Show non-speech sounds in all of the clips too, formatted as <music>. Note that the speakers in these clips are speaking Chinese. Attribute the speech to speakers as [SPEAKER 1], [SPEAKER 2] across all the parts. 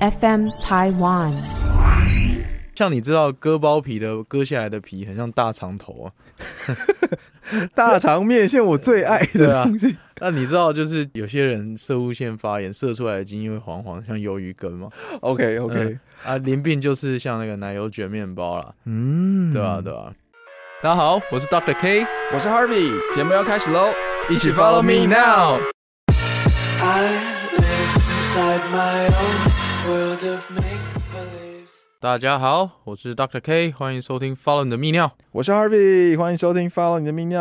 [SPEAKER 1] FM Taiwan。
[SPEAKER 2] 像你知道割包皮的，割下来的皮很像大肠头啊。
[SPEAKER 3] 大肠面线我最爱
[SPEAKER 2] 对
[SPEAKER 3] 的
[SPEAKER 2] 啊
[SPEAKER 3] 东西。
[SPEAKER 2] 那你知道就是有些人射物腺发炎射出来的精液会黄黄，像鱿鱼羹吗？
[SPEAKER 3] OK OK，
[SPEAKER 2] 啊，淋病就是像那个奶油卷面包啦，
[SPEAKER 3] 嗯，
[SPEAKER 2] 对啊，对啊。大家好，我是 Dr. K，
[SPEAKER 4] 我是 Harvey，节目要开始喽，
[SPEAKER 2] 一起 follow me now。
[SPEAKER 5] I live inside my own world of make believe.
[SPEAKER 2] 大家好，我是 Dr. K，欢迎收听 Follow 你的泌尿。
[SPEAKER 3] 我是 Harvey，欢迎收听《Follow 你的泌尿》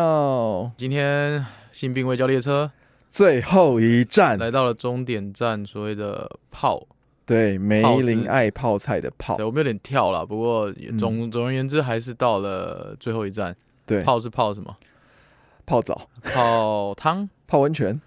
[SPEAKER 2] 今天性病未交列车
[SPEAKER 3] 最后一站。
[SPEAKER 2] 来到了终点站，所谓的泡，
[SPEAKER 3] 对，梅
[SPEAKER 2] 泡是
[SPEAKER 3] 林爱泡菜的泡
[SPEAKER 2] 对，我们有点跳了，不过也
[SPEAKER 3] 嗯
[SPEAKER 2] 总、总而言之还是到了最后一站。
[SPEAKER 3] 对，泡
[SPEAKER 2] 泡是泡什么？
[SPEAKER 3] 泡澡、
[SPEAKER 2] 泡汤、
[SPEAKER 3] 泡温泉。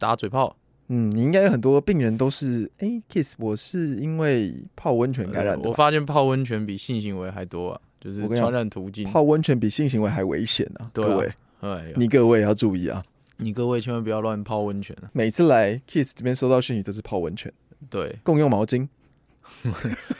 [SPEAKER 2] 打嘴炮，
[SPEAKER 3] 嗯，你应该有很多病人都是，哎、k i s s 我是因为泡温泉感染
[SPEAKER 2] 呃我
[SPEAKER 3] 的吧？
[SPEAKER 2] 发现泡温泉比性行为还多啊，就是
[SPEAKER 3] 我跟你讲
[SPEAKER 2] 传染途径。
[SPEAKER 3] 泡温泉比性行为还危险啊！
[SPEAKER 2] 对啊
[SPEAKER 3] 各位，
[SPEAKER 2] 哎呦，
[SPEAKER 3] 你各位也要注意啊！
[SPEAKER 2] 你各位千万不要乱泡温泉啊！
[SPEAKER 3] 每次来 Kiss 这边收到讯息都是泡温泉，，
[SPEAKER 2] 对
[SPEAKER 3] 共用毛巾。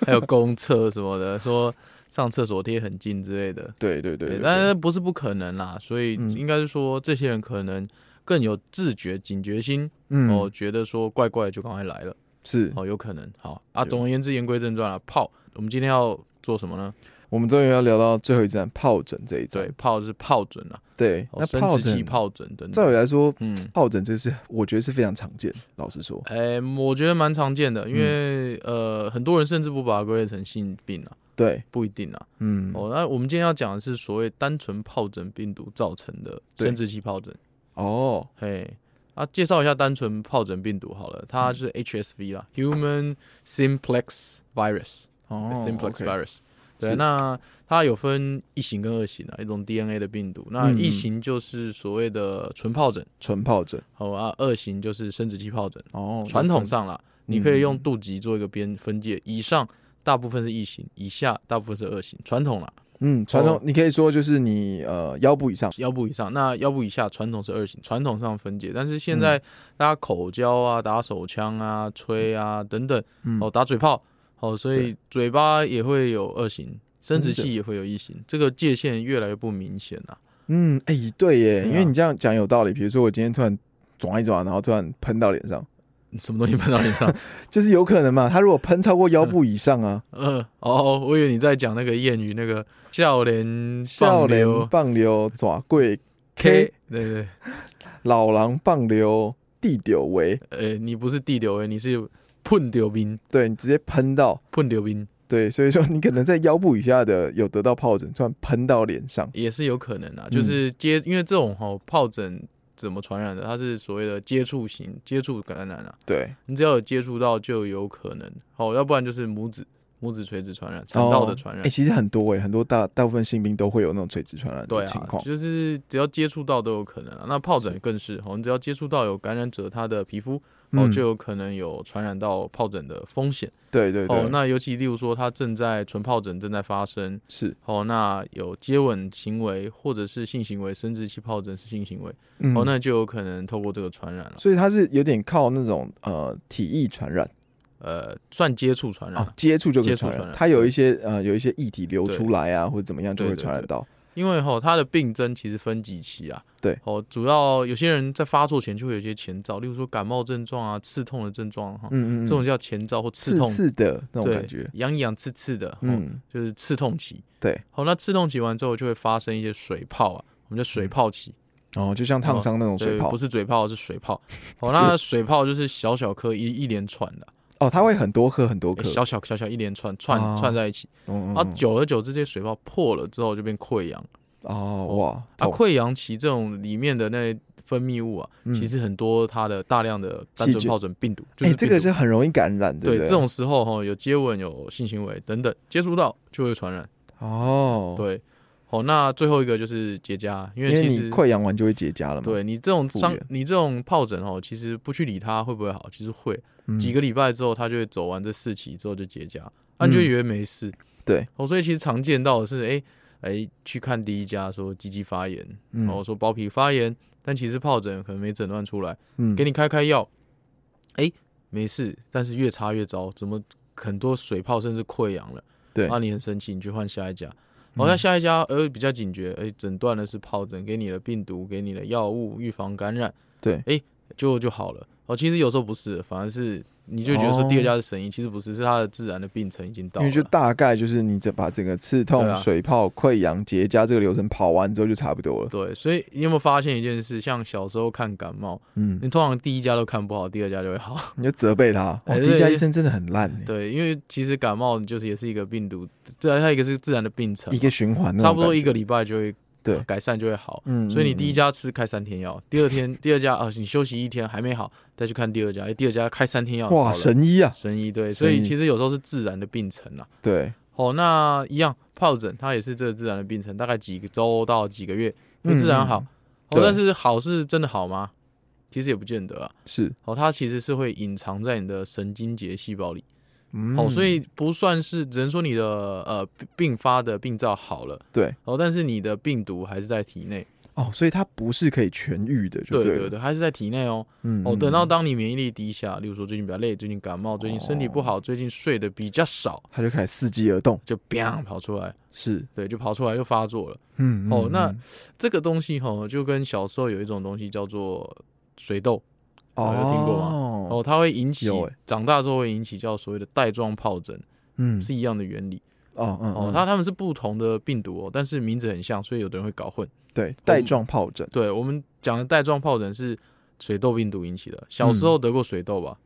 [SPEAKER 2] 还有公厕什
[SPEAKER 3] <laughs>
[SPEAKER 2] 么的，说上厕所贴很近之类的，
[SPEAKER 3] 对对对
[SPEAKER 2] 对，
[SPEAKER 3] 对
[SPEAKER 2] 但
[SPEAKER 3] 对
[SPEAKER 2] 是不是不可能啦，所以
[SPEAKER 3] 嗯
[SPEAKER 2] 应该是说这些人可能更有自觉、警觉心，
[SPEAKER 3] 嗯，
[SPEAKER 2] 哦，觉得说怪怪的就赶快来了，
[SPEAKER 3] 是
[SPEAKER 2] 哦，有可能。好啊，
[SPEAKER 3] 对
[SPEAKER 2] 总而言之，言归正传了，泡，我们今天要做什么呢？
[SPEAKER 3] 我们终于要聊到最后一站疱疹这一站
[SPEAKER 2] 对，。泡是疱疹啊，
[SPEAKER 3] 对，
[SPEAKER 2] 哦
[SPEAKER 3] 那
[SPEAKER 2] 生
[SPEAKER 3] 疱
[SPEAKER 2] 殖器
[SPEAKER 3] 疹，
[SPEAKER 2] 疱疹等
[SPEAKER 3] 照理
[SPEAKER 2] 等，
[SPEAKER 3] 来说，
[SPEAKER 2] 嗯。
[SPEAKER 3] 疱疹这是我觉得是非常常见。老实说，
[SPEAKER 2] 哎、我觉得蛮常见的，因为、
[SPEAKER 3] 嗯
[SPEAKER 2] 呃，很多人甚至不把它归类成性病啊，
[SPEAKER 3] 对，
[SPEAKER 2] 不一定啊。
[SPEAKER 3] 嗯，
[SPEAKER 2] 哦，那我们今天要讲的是所谓单纯疱疹病毒造成的
[SPEAKER 3] 对
[SPEAKER 2] 生殖器疱疹。
[SPEAKER 3] 哦，
[SPEAKER 2] 嘿，啊，介绍一下单纯疱疹病毒好了，
[SPEAKER 3] 嗯
[SPEAKER 2] 它是 HSV 啦、h u m a n Simplex Virus、
[SPEAKER 3] 哦
[SPEAKER 2] Simplex
[SPEAKER 3] OK
[SPEAKER 2] Virus。
[SPEAKER 3] 是
[SPEAKER 2] 对，那它有分一型跟二型啊，一种 DNA 的病毒。那
[SPEAKER 3] 嗯
[SPEAKER 2] 一型就是所谓的纯疱疹，
[SPEAKER 3] 纯疱疹，
[SPEAKER 2] 好、啊，二型就是生殖器疱疹。
[SPEAKER 3] 哦，
[SPEAKER 2] 传
[SPEAKER 3] 有
[SPEAKER 2] 统
[SPEAKER 3] 分
[SPEAKER 2] 上啦，
[SPEAKER 3] 嗯
[SPEAKER 2] 你可以用肚脐做一个边分界，以上大部分是一型，以下大部分是二型。传统啦，
[SPEAKER 3] 嗯，传统
[SPEAKER 2] 哦
[SPEAKER 3] 你可以说就是你呃腰部以上，
[SPEAKER 2] 腰部以上，那腰部以下传统是二型，传统上分解。但是现
[SPEAKER 3] 嗯
[SPEAKER 2] 在大家口交啊、打手枪啊、吹啊等等，
[SPEAKER 3] 嗯
[SPEAKER 2] 哦，打嘴炮，哦，所以嘴巴也会有二型。生殖
[SPEAKER 3] 真的
[SPEAKER 2] 器也会有一型，这个界限越来越不明显啊啦、
[SPEAKER 3] 嗯，哎、对
[SPEAKER 2] 对
[SPEAKER 3] 耶，
[SPEAKER 2] 啊
[SPEAKER 3] 因为你这样讲有道理。比如说我今天突然转一转，然后突然喷到脸上，
[SPEAKER 2] <laughs> 什么东西喷到脸上？ <laughs>
[SPEAKER 3] 就是有可能嘛。他如果喷超过腰部以上啊，
[SPEAKER 2] 呃，哦，我以为你在讲那个谚语，那个笑脸
[SPEAKER 3] 笑
[SPEAKER 2] <laughs> 放
[SPEAKER 3] 脸
[SPEAKER 2] 流
[SPEAKER 3] 棒流爪贵
[SPEAKER 2] K，对对对，
[SPEAKER 3] 老狼棒流地丢围，
[SPEAKER 2] 呃、你不是地流诶，你是碰丢兵，
[SPEAKER 3] 对你直接喷到。
[SPEAKER 2] 碰丢兵
[SPEAKER 3] 对，所以说你可能在腰部以下的有得到疱疹，突然喷到脸上，
[SPEAKER 2] 也是有可能啊。
[SPEAKER 3] 嗯
[SPEAKER 2] 就是接，因为这种吼疱疹怎么传染的？它是所谓的接触型接触感染啊，
[SPEAKER 3] 对，
[SPEAKER 2] 你只要有接触到就有可能哦，要不然就是拇指拇指垂直传染，肠道的传
[SPEAKER 3] 哎、
[SPEAKER 2] 染。
[SPEAKER 3] 诶其实很多哎、很多大大部分性病都会有那种垂直传染
[SPEAKER 2] 对
[SPEAKER 3] 的情
[SPEAKER 2] 啊
[SPEAKER 3] 况，，
[SPEAKER 2] 就是只要接触到都有可能啊。那疱疹更是，哦，你只要接触到有感染者他的皮肤，哦，
[SPEAKER 3] 嗯
[SPEAKER 2] 就有可能有传染到疱疹的风险。
[SPEAKER 3] 对对对，
[SPEAKER 2] 哦，那尤其例如说他正在纯疱疹正在发生，
[SPEAKER 3] 是，
[SPEAKER 2] 哦，那有接吻行为或者是性行为，生殖器疱疹是性行为，
[SPEAKER 3] 嗯
[SPEAKER 2] 哦，那就有可能透过这个传染了，
[SPEAKER 3] 所以它是有点靠那种呃体液传染
[SPEAKER 2] 呃，算接触传染
[SPEAKER 3] 啊
[SPEAKER 2] 了，，
[SPEAKER 3] 接触就可
[SPEAKER 2] 嗯
[SPEAKER 3] 以
[SPEAKER 2] 接触
[SPEAKER 3] 传
[SPEAKER 2] 传
[SPEAKER 3] 染。
[SPEAKER 2] 染
[SPEAKER 3] 它有一些呃有一些液体流
[SPEAKER 2] 对
[SPEAKER 3] 出来啊，或者怎么样就
[SPEAKER 2] 对
[SPEAKER 3] 会
[SPEAKER 2] 对
[SPEAKER 3] 传染
[SPEAKER 2] 对
[SPEAKER 3] 到。
[SPEAKER 2] 因为哦，它的病征其实分几期啊，
[SPEAKER 3] 对，
[SPEAKER 2] 哦，主要有些人在发作前就会有一些前兆，例如说感冒症状啊、刺痛的症状哈、
[SPEAKER 3] 嗯嗯，嗯
[SPEAKER 2] 这种叫前兆或刺
[SPEAKER 3] 刺
[SPEAKER 2] 痛，
[SPEAKER 3] 刺的那种
[SPEAKER 2] 对
[SPEAKER 3] 感觉。
[SPEAKER 2] 痒痒刺刺的，哦、
[SPEAKER 3] 嗯，
[SPEAKER 2] 就是刺痛期，
[SPEAKER 3] 对，
[SPEAKER 2] 好、那刺痛期完之后就会发生一些水泡啊，我们叫水泡期，
[SPEAKER 3] 哦，就像烫伤那种
[SPEAKER 2] 对，
[SPEAKER 3] 水泡
[SPEAKER 2] 不是嘴炮是水
[SPEAKER 3] <laughs>
[SPEAKER 2] 泡，哦，那水泡就是小小颗一一连串的。
[SPEAKER 3] 哦，它会很多颗很多颗
[SPEAKER 2] 欸。小小小小一连串串、
[SPEAKER 3] 哦
[SPEAKER 2] 串在一起，
[SPEAKER 3] 嗯嗯
[SPEAKER 2] 啊，
[SPEAKER 3] 嗯
[SPEAKER 2] 久而久之，这些水泡破了之后就变溃疡
[SPEAKER 3] 哦哇，
[SPEAKER 2] 啊，
[SPEAKER 3] 痛
[SPEAKER 2] 溃疡期这种里面的那分泌物啊，
[SPEAKER 3] 嗯
[SPEAKER 2] 其实很多它的大量的单
[SPEAKER 3] 细
[SPEAKER 2] 纯
[SPEAKER 3] 菌
[SPEAKER 2] 疱疹病毒，就
[SPEAKER 3] 哎，
[SPEAKER 2] 是
[SPEAKER 3] 这
[SPEAKER 2] 病
[SPEAKER 3] 个
[SPEAKER 2] 毒
[SPEAKER 3] 是很容易感染，
[SPEAKER 2] 对
[SPEAKER 3] 不对？
[SPEAKER 2] 这种时候哈，有接吻、有性行为等等接触到就会传染，
[SPEAKER 3] 哦，，
[SPEAKER 2] 对，哦，那最后一个就是结痂，因为
[SPEAKER 3] 因为
[SPEAKER 2] 其
[SPEAKER 3] 你
[SPEAKER 2] 实
[SPEAKER 3] 溃疡完就会结痂了嘛。
[SPEAKER 2] 对你这种
[SPEAKER 3] 复
[SPEAKER 2] 伤
[SPEAKER 3] 原，
[SPEAKER 2] 你这种疱疹哦，其实不去理它会不会好，其实会，
[SPEAKER 3] 嗯，
[SPEAKER 2] 几个礼拜之后，它就会走完这四期之后就结痂，那、你就以为没事。
[SPEAKER 3] 嗯对，
[SPEAKER 2] 哦，所以其实常见到的是，哎、哎、去看第一家说鸡鸡发炎，然后
[SPEAKER 3] 嗯
[SPEAKER 2] 说包皮发炎，但其实疱疹可能没诊断出来，
[SPEAKER 3] 嗯
[SPEAKER 2] 给你开开药，哎、没事，但是越擦越糟，怎么很多水泡甚至溃疡了？
[SPEAKER 3] 对
[SPEAKER 2] 那、你很生气，你去换下一家。啊然后
[SPEAKER 3] 嗯
[SPEAKER 2] 那下一家呃比较警觉，哎、诊断的是疱疹，给你的病毒，给你的药物预防感染，
[SPEAKER 3] 对，
[SPEAKER 2] 就就好了。哦，其实有时候不是，反而是你就觉得说第二
[SPEAKER 3] 哦
[SPEAKER 2] 家是神医，其实不是，是它的自然的病程已经到
[SPEAKER 3] 因
[SPEAKER 2] 了
[SPEAKER 3] 为就
[SPEAKER 2] 啦。
[SPEAKER 3] 大概就是你这把整个
[SPEAKER 2] 对
[SPEAKER 3] 刺痛、
[SPEAKER 2] 啊
[SPEAKER 3] 水泡、溃疡、结痂这个流程跑完之后就差不多了。
[SPEAKER 2] 对，所以你有没有发现一件事？像小时候看感冒，
[SPEAKER 3] 嗯，
[SPEAKER 2] 你通常第一家都看不好，第二家就会好。
[SPEAKER 3] <laughs> 你就责备他，哦，
[SPEAKER 2] 哎
[SPEAKER 3] 第一家
[SPEAKER 2] 对
[SPEAKER 3] 医生真的很烂欸，
[SPEAKER 2] 对，因为其实感冒就是也是一个病毒，对，它一个是自然的病程嘛，
[SPEAKER 3] 欸一个循环，
[SPEAKER 2] 差不多一个，礼拜就会
[SPEAKER 3] 对
[SPEAKER 2] 改善就会好。
[SPEAKER 3] 嗯，
[SPEAKER 2] 所以你第一
[SPEAKER 3] 嗯
[SPEAKER 2] 家吃开三天药，第二天第二家啊，你休息一天还没好，再去看第二家，哎，第二家开三天药，好
[SPEAKER 3] 嗯哇
[SPEAKER 2] 了
[SPEAKER 3] 神医啊，
[SPEAKER 2] 神医对，
[SPEAKER 3] 神
[SPEAKER 2] 所
[SPEAKER 3] 医
[SPEAKER 2] 以其实有时候是自然的病程啊。
[SPEAKER 3] 对，
[SPEAKER 2] 哦，那一样疱疹它也是这个自然的病程，大概几个周到几个月会自然好。
[SPEAKER 3] 嗯
[SPEAKER 2] 哦
[SPEAKER 3] 对，
[SPEAKER 2] 但是好是真的好吗？其实也不见得啊。
[SPEAKER 3] 是，
[SPEAKER 2] 哦，它其实是会隐藏在你的神经节细胞里。
[SPEAKER 3] 嗯
[SPEAKER 2] 哦，所以不算是，只能说你的呃病病发的病灶好了，
[SPEAKER 3] 对，
[SPEAKER 2] 哦，但是你的病毒还是在体内，
[SPEAKER 3] 哦，所以它不是可以痊愈的，就
[SPEAKER 2] 对
[SPEAKER 3] 了
[SPEAKER 2] 对，对，还是在体内哦。
[SPEAKER 3] 嗯，
[SPEAKER 2] 哦，
[SPEAKER 3] 嗯
[SPEAKER 2] 等到当你免疫力低下，例如说最近比较累，最近感冒，最近身体不
[SPEAKER 3] 哦
[SPEAKER 2] 好，最近睡得比较少，
[SPEAKER 3] 它就开始伺机而动，
[SPEAKER 2] 就 biang 跑出来，
[SPEAKER 3] 是，
[SPEAKER 2] 对，就跑出来又发作了。
[SPEAKER 3] 嗯，
[SPEAKER 2] 哦
[SPEAKER 3] 嗯
[SPEAKER 2] 那
[SPEAKER 3] 嗯
[SPEAKER 2] 这个东西哈、哦，就跟小时候有一种东西叫做水痘，
[SPEAKER 3] 哦，
[SPEAKER 2] 有听过吗哦，它会引起
[SPEAKER 3] 有欸
[SPEAKER 2] 长大之后会引起叫所谓的带状疱疹，
[SPEAKER 3] 嗯，
[SPEAKER 2] 是一样的原理。
[SPEAKER 3] 哦嗯
[SPEAKER 2] 哦，
[SPEAKER 3] 嗯
[SPEAKER 2] 它它们是不同的病毒哦，但是名字很像，所以有的人会搞混。
[SPEAKER 3] 对带状疱疹，
[SPEAKER 2] 对我们讲的带状疱疹是水痘病毒引起的，小
[SPEAKER 3] 嗯
[SPEAKER 2] 时候得过水痘吧，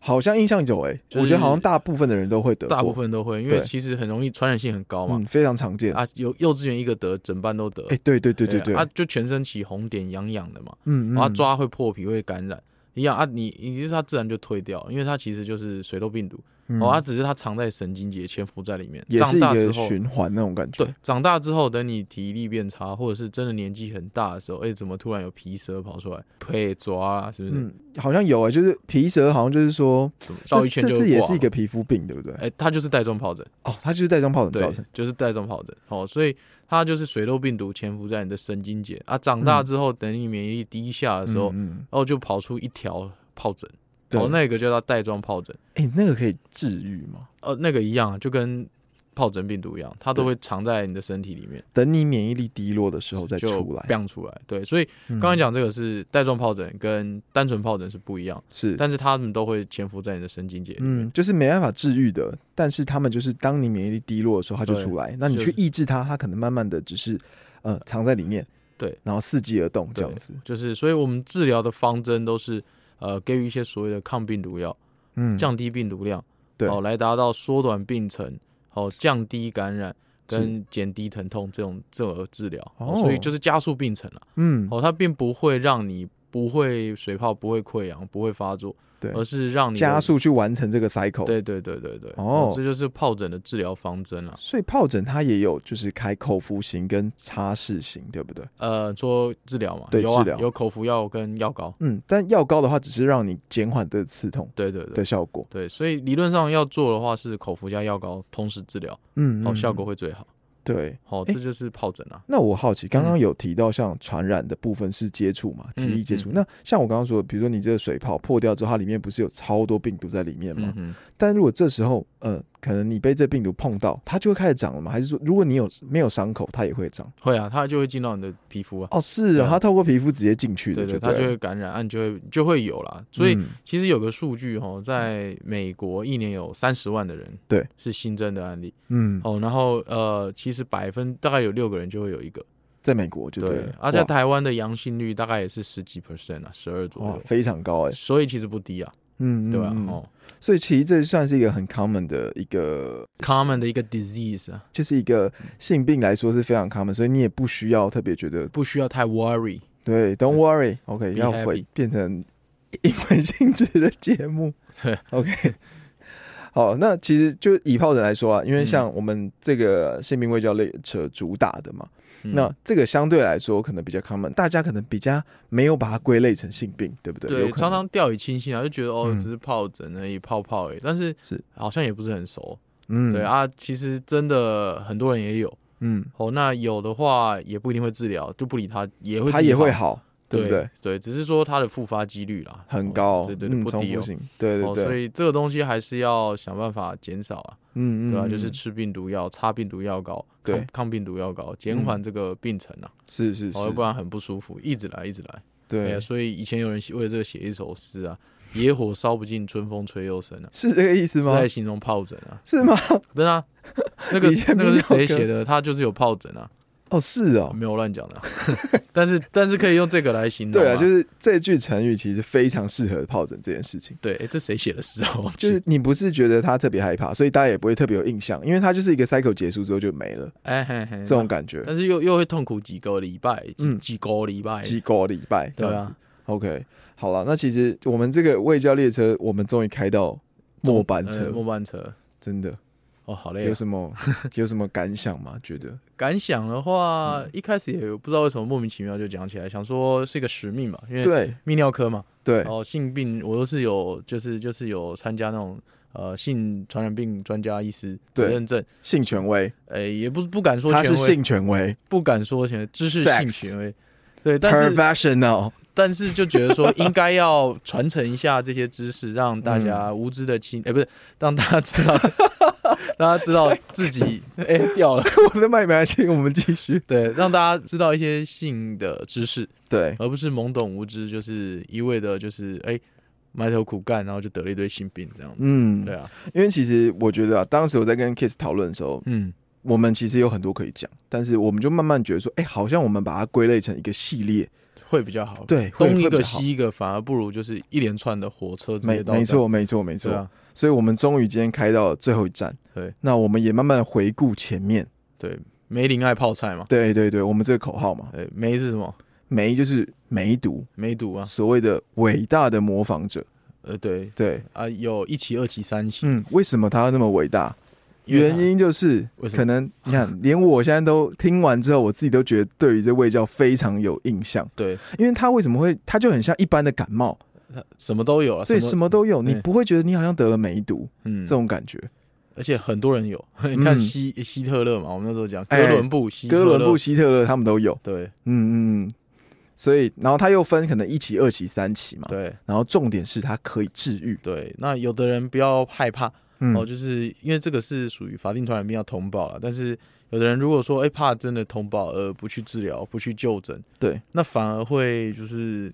[SPEAKER 3] 好像印象有诶，
[SPEAKER 2] 就是
[SPEAKER 3] 我觉得好像大部分的人都会得过，
[SPEAKER 2] 大部分都会，因为
[SPEAKER 3] 呃对
[SPEAKER 2] 其实很容易传染性很高嘛
[SPEAKER 3] 嗯。非常常见，
[SPEAKER 2] 啊，有幼稚园一个得，整班都得。
[SPEAKER 3] 哎，对对对对对，
[SPEAKER 2] 啊，就全身起红点，痒痒的嘛，
[SPEAKER 3] 嗯，嗯
[SPEAKER 2] 然后它抓会破皮，会感染。一样啊，你你就是它自然就退掉，因为它其实就是水痘病毒，哦，它
[SPEAKER 3] 嗯
[SPEAKER 2] 只是它藏在神经节潜伏在里面。
[SPEAKER 3] 也是
[SPEAKER 2] 长
[SPEAKER 3] 一
[SPEAKER 2] 大之
[SPEAKER 3] 个
[SPEAKER 2] 后，
[SPEAKER 3] 循环那种感觉，
[SPEAKER 2] 对，长大之后，等你体力变差，或者是真的年纪很大的时候，哎、怎么突然有皮蛇跑出来？被抓啊，是不是？
[SPEAKER 3] 嗯，好像有诶，就是皮蛇，好像就是说，
[SPEAKER 2] 怎么绕
[SPEAKER 3] 这
[SPEAKER 2] 一圈
[SPEAKER 3] 这
[SPEAKER 2] 就
[SPEAKER 3] 次也
[SPEAKER 2] 挂
[SPEAKER 3] 是一
[SPEAKER 2] 了
[SPEAKER 3] 个皮肤病，对不对？
[SPEAKER 2] 哎、它就是带状疱疹，
[SPEAKER 3] 哦，它就是带状疱疹
[SPEAKER 2] 对
[SPEAKER 3] 造成，，
[SPEAKER 2] 就是带状疱疹。哦，所以它就是水痘病毒潜伏在你的神经节啊。长大之后，等你免疫力低下的时候，
[SPEAKER 3] 嗯，嗯
[SPEAKER 2] 然后就跑出一条疱疹，
[SPEAKER 3] 对
[SPEAKER 2] 哦，，那个叫它带状疱疹。
[SPEAKER 3] 哎，那个可以治愈吗？
[SPEAKER 2] 呃，那个一样啊，就跟疱疹病毒一样，它都
[SPEAKER 3] 对
[SPEAKER 2] 会藏在你的身体里面，
[SPEAKER 3] 等你免疫力低落的时候再
[SPEAKER 2] 就
[SPEAKER 3] 出来。
[SPEAKER 2] 变出来。对，所以
[SPEAKER 3] 嗯
[SPEAKER 2] 刚才讲这个是带状疱疹跟单纯疱疹是不一样，
[SPEAKER 3] 是，
[SPEAKER 2] 但是它们都会潜伏在你的神经节里面。
[SPEAKER 3] 嗯，就是没办法治愈的，但是他们就是当你免疫力低落的时候，它就
[SPEAKER 2] 对
[SPEAKER 3] 出来。那你
[SPEAKER 2] 就
[SPEAKER 3] 去
[SPEAKER 2] 是
[SPEAKER 3] 抑制它，它可能慢慢的只是呃藏在里面，
[SPEAKER 2] 对，
[SPEAKER 3] 然后伺机而动这
[SPEAKER 2] 对
[SPEAKER 3] 样子。
[SPEAKER 2] 就是，所以我们治疗的方针都是呃给予一些所谓的抗病毒药。
[SPEAKER 3] 嗯，
[SPEAKER 2] 降低病毒量，
[SPEAKER 3] 对
[SPEAKER 2] 哦，来达到缩短病程，哦，降低感染跟减低疼痛这种这种治疗，
[SPEAKER 3] 哦
[SPEAKER 2] 哦，所以就是加速病程了。
[SPEAKER 3] 嗯，
[SPEAKER 2] 哦，它并不会让你不会水泡、不会溃疡、不会发作，
[SPEAKER 3] 对
[SPEAKER 2] 而是让你的
[SPEAKER 3] 加。速去完成这个 cycle。，
[SPEAKER 2] 对对对对对，
[SPEAKER 3] 哦
[SPEAKER 2] 这就是疱疹的治疗方针了。
[SPEAKER 3] 所以疱疹它也有就是开口服型跟擦拭型，对不对？
[SPEAKER 2] 呃，说治疗嘛，
[SPEAKER 3] 对
[SPEAKER 2] 有啊
[SPEAKER 3] 治疗，
[SPEAKER 2] 有口服药跟药膏。
[SPEAKER 3] 嗯，但药膏的话，只是让你减缓的刺痛
[SPEAKER 2] 对对对
[SPEAKER 3] 的效果。
[SPEAKER 2] 对，所以理论上要做的话是口服加药膏同时治疗，
[SPEAKER 3] 嗯，
[SPEAKER 2] 哦，
[SPEAKER 3] 嗯
[SPEAKER 2] 效果会最好。
[SPEAKER 3] 对。
[SPEAKER 2] 哦，
[SPEAKER 3] 诶
[SPEAKER 2] 这就是疱疹啊。
[SPEAKER 3] 那我好奇，刚刚有提到像传染的部分是接触嘛，体
[SPEAKER 2] 嗯
[SPEAKER 3] 力接触。
[SPEAKER 2] 嗯
[SPEAKER 3] 那像我刚刚说的，比如说你这个水泡破掉之后，它里面不是有超多病毒在里面吗？
[SPEAKER 2] 嗯哼。
[SPEAKER 3] 但如果这时候，呃，可能你被这病毒碰到，它就会开始长了吗？还是说，如果你有没有伤口，它也会长？
[SPEAKER 2] 会啊，它就会进到你的皮肤啊，
[SPEAKER 3] 哦，是
[SPEAKER 2] 对
[SPEAKER 3] 啊，
[SPEAKER 2] 啊
[SPEAKER 3] 它透过皮肤直接进去的
[SPEAKER 2] 对
[SPEAKER 3] 对
[SPEAKER 2] 对，
[SPEAKER 3] 了，
[SPEAKER 2] 它就会感染，啊，你就会就会有啦。所以
[SPEAKER 3] 嗯
[SPEAKER 2] 其实有个数据哦，在美国一年有三十万的人
[SPEAKER 3] 对
[SPEAKER 2] 是新增的案例
[SPEAKER 3] 嗯，
[SPEAKER 2] 哦，然后呃，其实百分大概有六个人就会有一个，
[SPEAKER 3] 在美国就对
[SPEAKER 2] 对
[SPEAKER 3] 了，，
[SPEAKER 2] 而且
[SPEAKER 3] 哇
[SPEAKER 2] 台湾的阳性率大概也是十几 percent 啊，十二左
[SPEAKER 3] 哇
[SPEAKER 2] 右，
[SPEAKER 3] 非常高哎、
[SPEAKER 2] 所以其实不低啊，
[SPEAKER 3] 嗯，嗯
[SPEAKER 2] 对吧？
[SPEAKER 3] 嗯
[SPEAKER 2] 哦
[SPEAKER 3] 所以其实这算是一个很 common 的一个
[SPEAKER 2] ，common 的一个 disease 啊，
[SPEAKER 3] 就是一个性病来说是非常 common，所以你也不需要特别觉得
[SPEAKER 2] 不需要太 worry。
[SPEAKER 3] 对，Don't worry，OK，、
[SPEAKER 2] Be
[SPEAKER 3] 要会
[SPEAKER 2] happy
[SPEAKER 3] 变成 <laughs> 英文性质的节目。
[SPEAKER 2] <laughs> 对
[SPEAKER 3] ，OK。好，那其实就以疱疹来说啊，因为
[SPEAKER 2] 嗯
[SPEAKER 3] 像我们这个性病卫教类扯主打的嘛，
[SPEAKER 2] 嗯
[SPEAKER 3] 那这个相对来说可能比较 common，大家可能比较没有把它归类成性病，对不对？有
[SPEAKER 2] 对，
[SPEAKER 3] 可能
[SPEAKER 2] 常常掉以轻心啊，就觉得哦
[SPEAKER 3] 嗯，
[SPEAKER 2] 只是疱疹而已，泡泡而已，但是
[SPEAKER 3] 是
[SPEAKER 2] 好像也不是很熟。
[SPEAKER 3] 嗯
[SPEAKER 2] 对，啊，其实真的很多人也有
[SPEAKER 3] 嗯，
[SPEAKER 2] 哦。那有的话也不一定会治疗，就不理他，也会
[SPEAKER 3] 它
[SPEAKER 2] 自己
[SPEAKER 3] 也会好，对不对？
[SPEAKER 2] 对，只是说它的复发几率啦
[SPEAKER 3] 很
[SPEAKER 2] 哦
[SPEAKER 3] 高，
[SPEAKER 2] 对对对，
[SPEAKER 3] 嗯，
[SPEAKER 2] 不
[SPEAKER 3] 重
[SPEAKER 2] 低
[SPEAKER 3] 复
[SPEAKER 2] 哦。
[SPEAKER 3] 性，对对
[SPEAKER 2] 哦，所
[SPEAKER 3] 对，
[SPEAKER 2] 以这个东西还是要想办法减少啊，
[SPEAKER 3] 嗯嗯，
[SPEAKER 2] 对吧、啊？
[SPEAKER 3] 嗯
[SPEAKER 2] 就是
[SPEAKER 3] 嗯
[SPEAKER 2] 吃病毒药、擦病毒药膏、
[SPEAKER 3] 对
[SPEAKER 2] 抗抗病毒药膏，减缓这个病程啊，
[SPEAKER 3] 是是是，
[SPEAKER 2] 哦，要不然很不舒服，一直来一直来。哎
[SPEAKER 3] 对
[SPEAKER 2] 呀，，所以以前有人写为了这个写一首诗啊，“野火烧不尽，春风吹又生”啊，
[SPEAKER 3] 是这个意思
[SPEAKER 2] 是
[SPEAKER 3] 吗？
[SPEAKER 2] 在形容疱疹啊，
[SPEAKER 3] 是吗？
[SPEAKER 2] 真的啊、那个
[SPEAKER 3] <laughs> 以前
[SPEAKER 2] 那个
[SPEAKER 3] 民
[SPEAKER 2] 是
[SPEAKER 3] 谣
[SPEAKER 2] 谁
[SPEAKER 3] 歌
[SPEAKER 2] 写的？他就是有疱疹啊，
[SPEAKER 3] 哦，是哦，
[SPEAKER 2] 没有乱讲的 <laughs> 啊、但是但是可以用这个来形容、
[SPEAKER 3] 对啊，就是是这句成语其实非常适合疱疹这件事情。
[SPEAKER 2] 对，哎这谁写的诗啊？我忘记
[SPEAKER 3] 就是你不是觉得他特别害怕，所以大家也不会特别有印象，因为他就是一个 cycle 结束之后就没了
[SPEAKER 2] 哎嘿嘿，
[SPEAKER 3] 这种感觉，
[SPEAKER 2] 但是又又会痛苦几个礼拜，几、
[SPEAKER 3] 嗯
[SPEAKER 2] 几个礼拜，
[SPEAKER 3] 几个礼拜这
[SPEAKER 2] 对
[SPEAKER 3] 样子
[SPEAKER 2] 啊。，
[SPEAKER 3] OK，好了，那其实我们这个未教列车，我们终于开到末班
[SPEAKER 2] 呃
[SPEAKER 3] 车，
[SPEAKER 2] 末班车，
[SPEAKER 3] 真的
[SPEAKER 2] 哦，好累、
[SPEAKER 3] 有
[SPEAKER 2] 啊。<laughs>
[SPEAKER 3] 什么有什么感想吗？觉得
[SPEAKER 2] 感想的话，
[SPEAKER 3] 嗯
[SPEAKER 2] 一开始也有不知道为什么莫名其妙就讲起来，想说是一个使命嘛，因为
[SPEAKER 3] 对
[SPEAKER 2] 泌尿科嘛，
[SPEAKER 3] 对
[SPEAKER 2] 然后性病我又是有就是就是有参加那种呃性传染病专家医师
[SPEAKER 3] 对
[SPEAKER 2] 的认证，
[SPEAKER 3] 性权威，
[SPEAKER 2] 呃、也不是不敢说
[SPEAKER 3] 他
[SPEAKER 2] 权威，
[SPEAKER 3] 是
[SPEAKER 2] 啊
[SPEAKER 3] 性权威
[SPEAKER 2] 不敢说权威，知识
[SPEAKER 3] Sex
[SPEAKER 2] 性权威。对，但是 <laughs>
[SPEAKER 3] ，professional，
[SPEAKER 2] 但是就觉得说应该要传承一下这些知识，让大
[SPEAKER 3] 嗯
[SPEAKER 2] 家无知的青，哎、不是让大家知道， <laughs> 让大家知道自己哎、掉了，
[SPEAKER 3] 我的麦麦信，我们继续。
[SPEAKER 2] 对，让大家知道一些性的知识，
[SPEAKER 3] 对，
[SPEAKER 2] 而不是懵懂无知，就是一味的就是哎、埋头苦干，然后就得了一堆性病这样子。
[SPEAKER 3] 嗯，
[SPEAKER 2] 对啊，
[SPEAKER 3] 因为其实我觉得啊，当时我在跟 Kiss 讨论的时候，
[SPEAKER 2] 嗯，
[SPEAKER 3] 我们其实有很多可以讲，但是我们就慢慢觉得说，哎、好像我们把它归类成一个系列，
[SPEAKER 2] 会比较好。
[SPEAKER 3] 对会
[SPEAKER 2] 东一
[SPEAKER 3] 会比
[SPEAKER 2] 个
[SPEAKER 3] 较好
[SPEAKER 2] 西一个，反而不如就是一连串的火车直
[SPEAKER 3] 没
[SPEAKER 2] 接到站。
[SPEAKER 3] 没错，没错，没错。
[SPEAKER 2] 对啊，
[SPEAKER 3] 所以我们终于今天开到了最后一站。
[SPEAKER 2] 对，
[SPEAKER 3] 那我们也慢慢地回顾前面。
[SPEAKER 2] 对，梅林爱泡菜嘛，
[SPEAKER 3] 对对对，我们这个口号嘛，
[SPEAKER 2] 对，梅呃是什么？
[SPEAKER 3] 梅就是梅毒，
[SPEAKER 2] 梅毒啊，
[SPEAKER 3] 所谓的伟大的模仿者。
[SPEAKER 2] 呃，对
[SPEAKER 3] 对，
[SPEAKER 2] 啊，有一期、二期、三期，
[SPEAKER 3] 嗯，为什么他那么伟大？
[SPEAKER 2] 因为他
[SPEAKER 3] 原因就是
[SPEAKER 2] 为什么
[SPEAKER 3] 可能你看， <laughs> 连我现在都听完之后，我自己都觉得对于这味教非常有印象，
[SPEAKER 2] 对，
[SPEAKER 3] 因为它为什么会，它就很像一般的感冒，
[SPEAKER 2] 什么都有啊，
[SPEAKER 3] 所以什么都有，你
[SPEAKER 2] 对
[SPEAKER 3] 不会觉得你好像得了梅毒
[SPEAKER 2] 嗯
[SPEAKER 3] 这，种感觉。
[SPEAKER 2] 而且很多人有，你看希希特勒嘛，我们那时候讲
[SPEAKER 3] 哎
[SPEAKER 2] 哥伦布，希特
[SPEAKER 3] 哥
[SPEAKER 2] 勒
[SPEAKER 3] 伦布、，希特勒他们都有，
[SPEAKER 2] 对
[SPEAKER 3] 嗯嗯嗯。所以，然后它又分可能一期、二期、三期嘛。
[SPEAKER 2] 对
[SPEAKER 3] 然后重点是它可以治愈。
[SPEAKER 2] 对。那有的人不要害怕
[SPEAKER 3] 嗯，
[SPEAKER 2] 哦，就是因为这个是属于法定传染病要通报了，但是有的人如果说哎怕真的通报而不去治疗、不去就诊，
[SPEAKER 3] 对，
[SPEAKER 2] 那反而会就是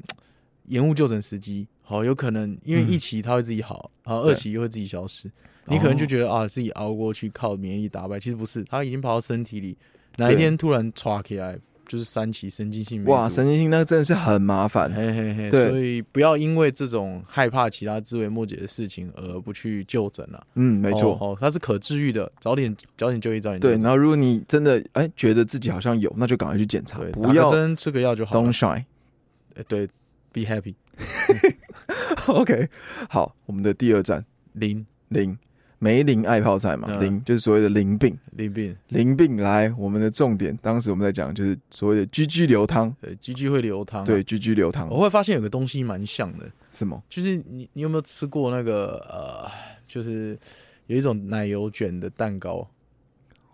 [SPEAKER 2] 延误就诊时机。好，有可能因为
[SPEAKER 3] 嗯
[SPEAKER 2] 一期它会自己好，然后二
[SPEAKER 3] 对
[SPEAKER 2] 期又会自己消失。你可能
[SPEAKER 3] 哦
[SPEAKER 2] 就觉得、啊，自己熬过去靠免疫力打败，其实不是，它已经跑到身体里，哪一天突然唰起来，就是三期神经性梅毒
[SPEAKER 3] 哇，神经性那个真的是很麻烦。
[SPEAKER 2] 嘿嘿嘿，
[SPEAKER 3] 对
[SPEAKER 2] 所以不要因为这种害怕其他枝微末节的事情而不去就诊了、啊。
[SPEAKER 3] 嗯，没错。
[SPEAKER 2] 哦，哦它是可治愈的，早点早点就医，早点就
[SPEAKER 3] 对，
[SPEAKER 2] 医
[SPEAKER 3] 然后如果你真的哎觉得自己好像有，那就赶快去检查
[SPEAKER 2] 对，，
[SPEAKER 3] 不
[SPEAKER 2] 打个
[SPEAKER 3] 要
[SPEAKER 2] 针吃个药就好了
[SPEAKER 3] don't。shy。
[SPEAKER 2] 哎对，be happy，
[SPEAKER 3] <laughs> OK，好，我们的第二站
[SPEAKER 2] 零
[SPEAKER 3] 零梅林爱泡菜嘛，
[SPEAKER 2] 嗯
[SPEAKER 3] 林就是所谓的淋病。
[SPEAKER 2] 零病，
[SPEAKER 3] 淋病来，我们的重点，当时我们在讲就是所谓的居居流汤，
[SPEAKER 2] 呃，鸡鸡会流汤、
[SPEAKER 3] 对，，居居流汤
[SPEAKER 2] 我会发现有个东西蛮像的，
[SPEAKER 3] 什么？
[SPEAKER 2] 就是你你有没有吃过那个呃，就是有一种奶油卷的蛋糕，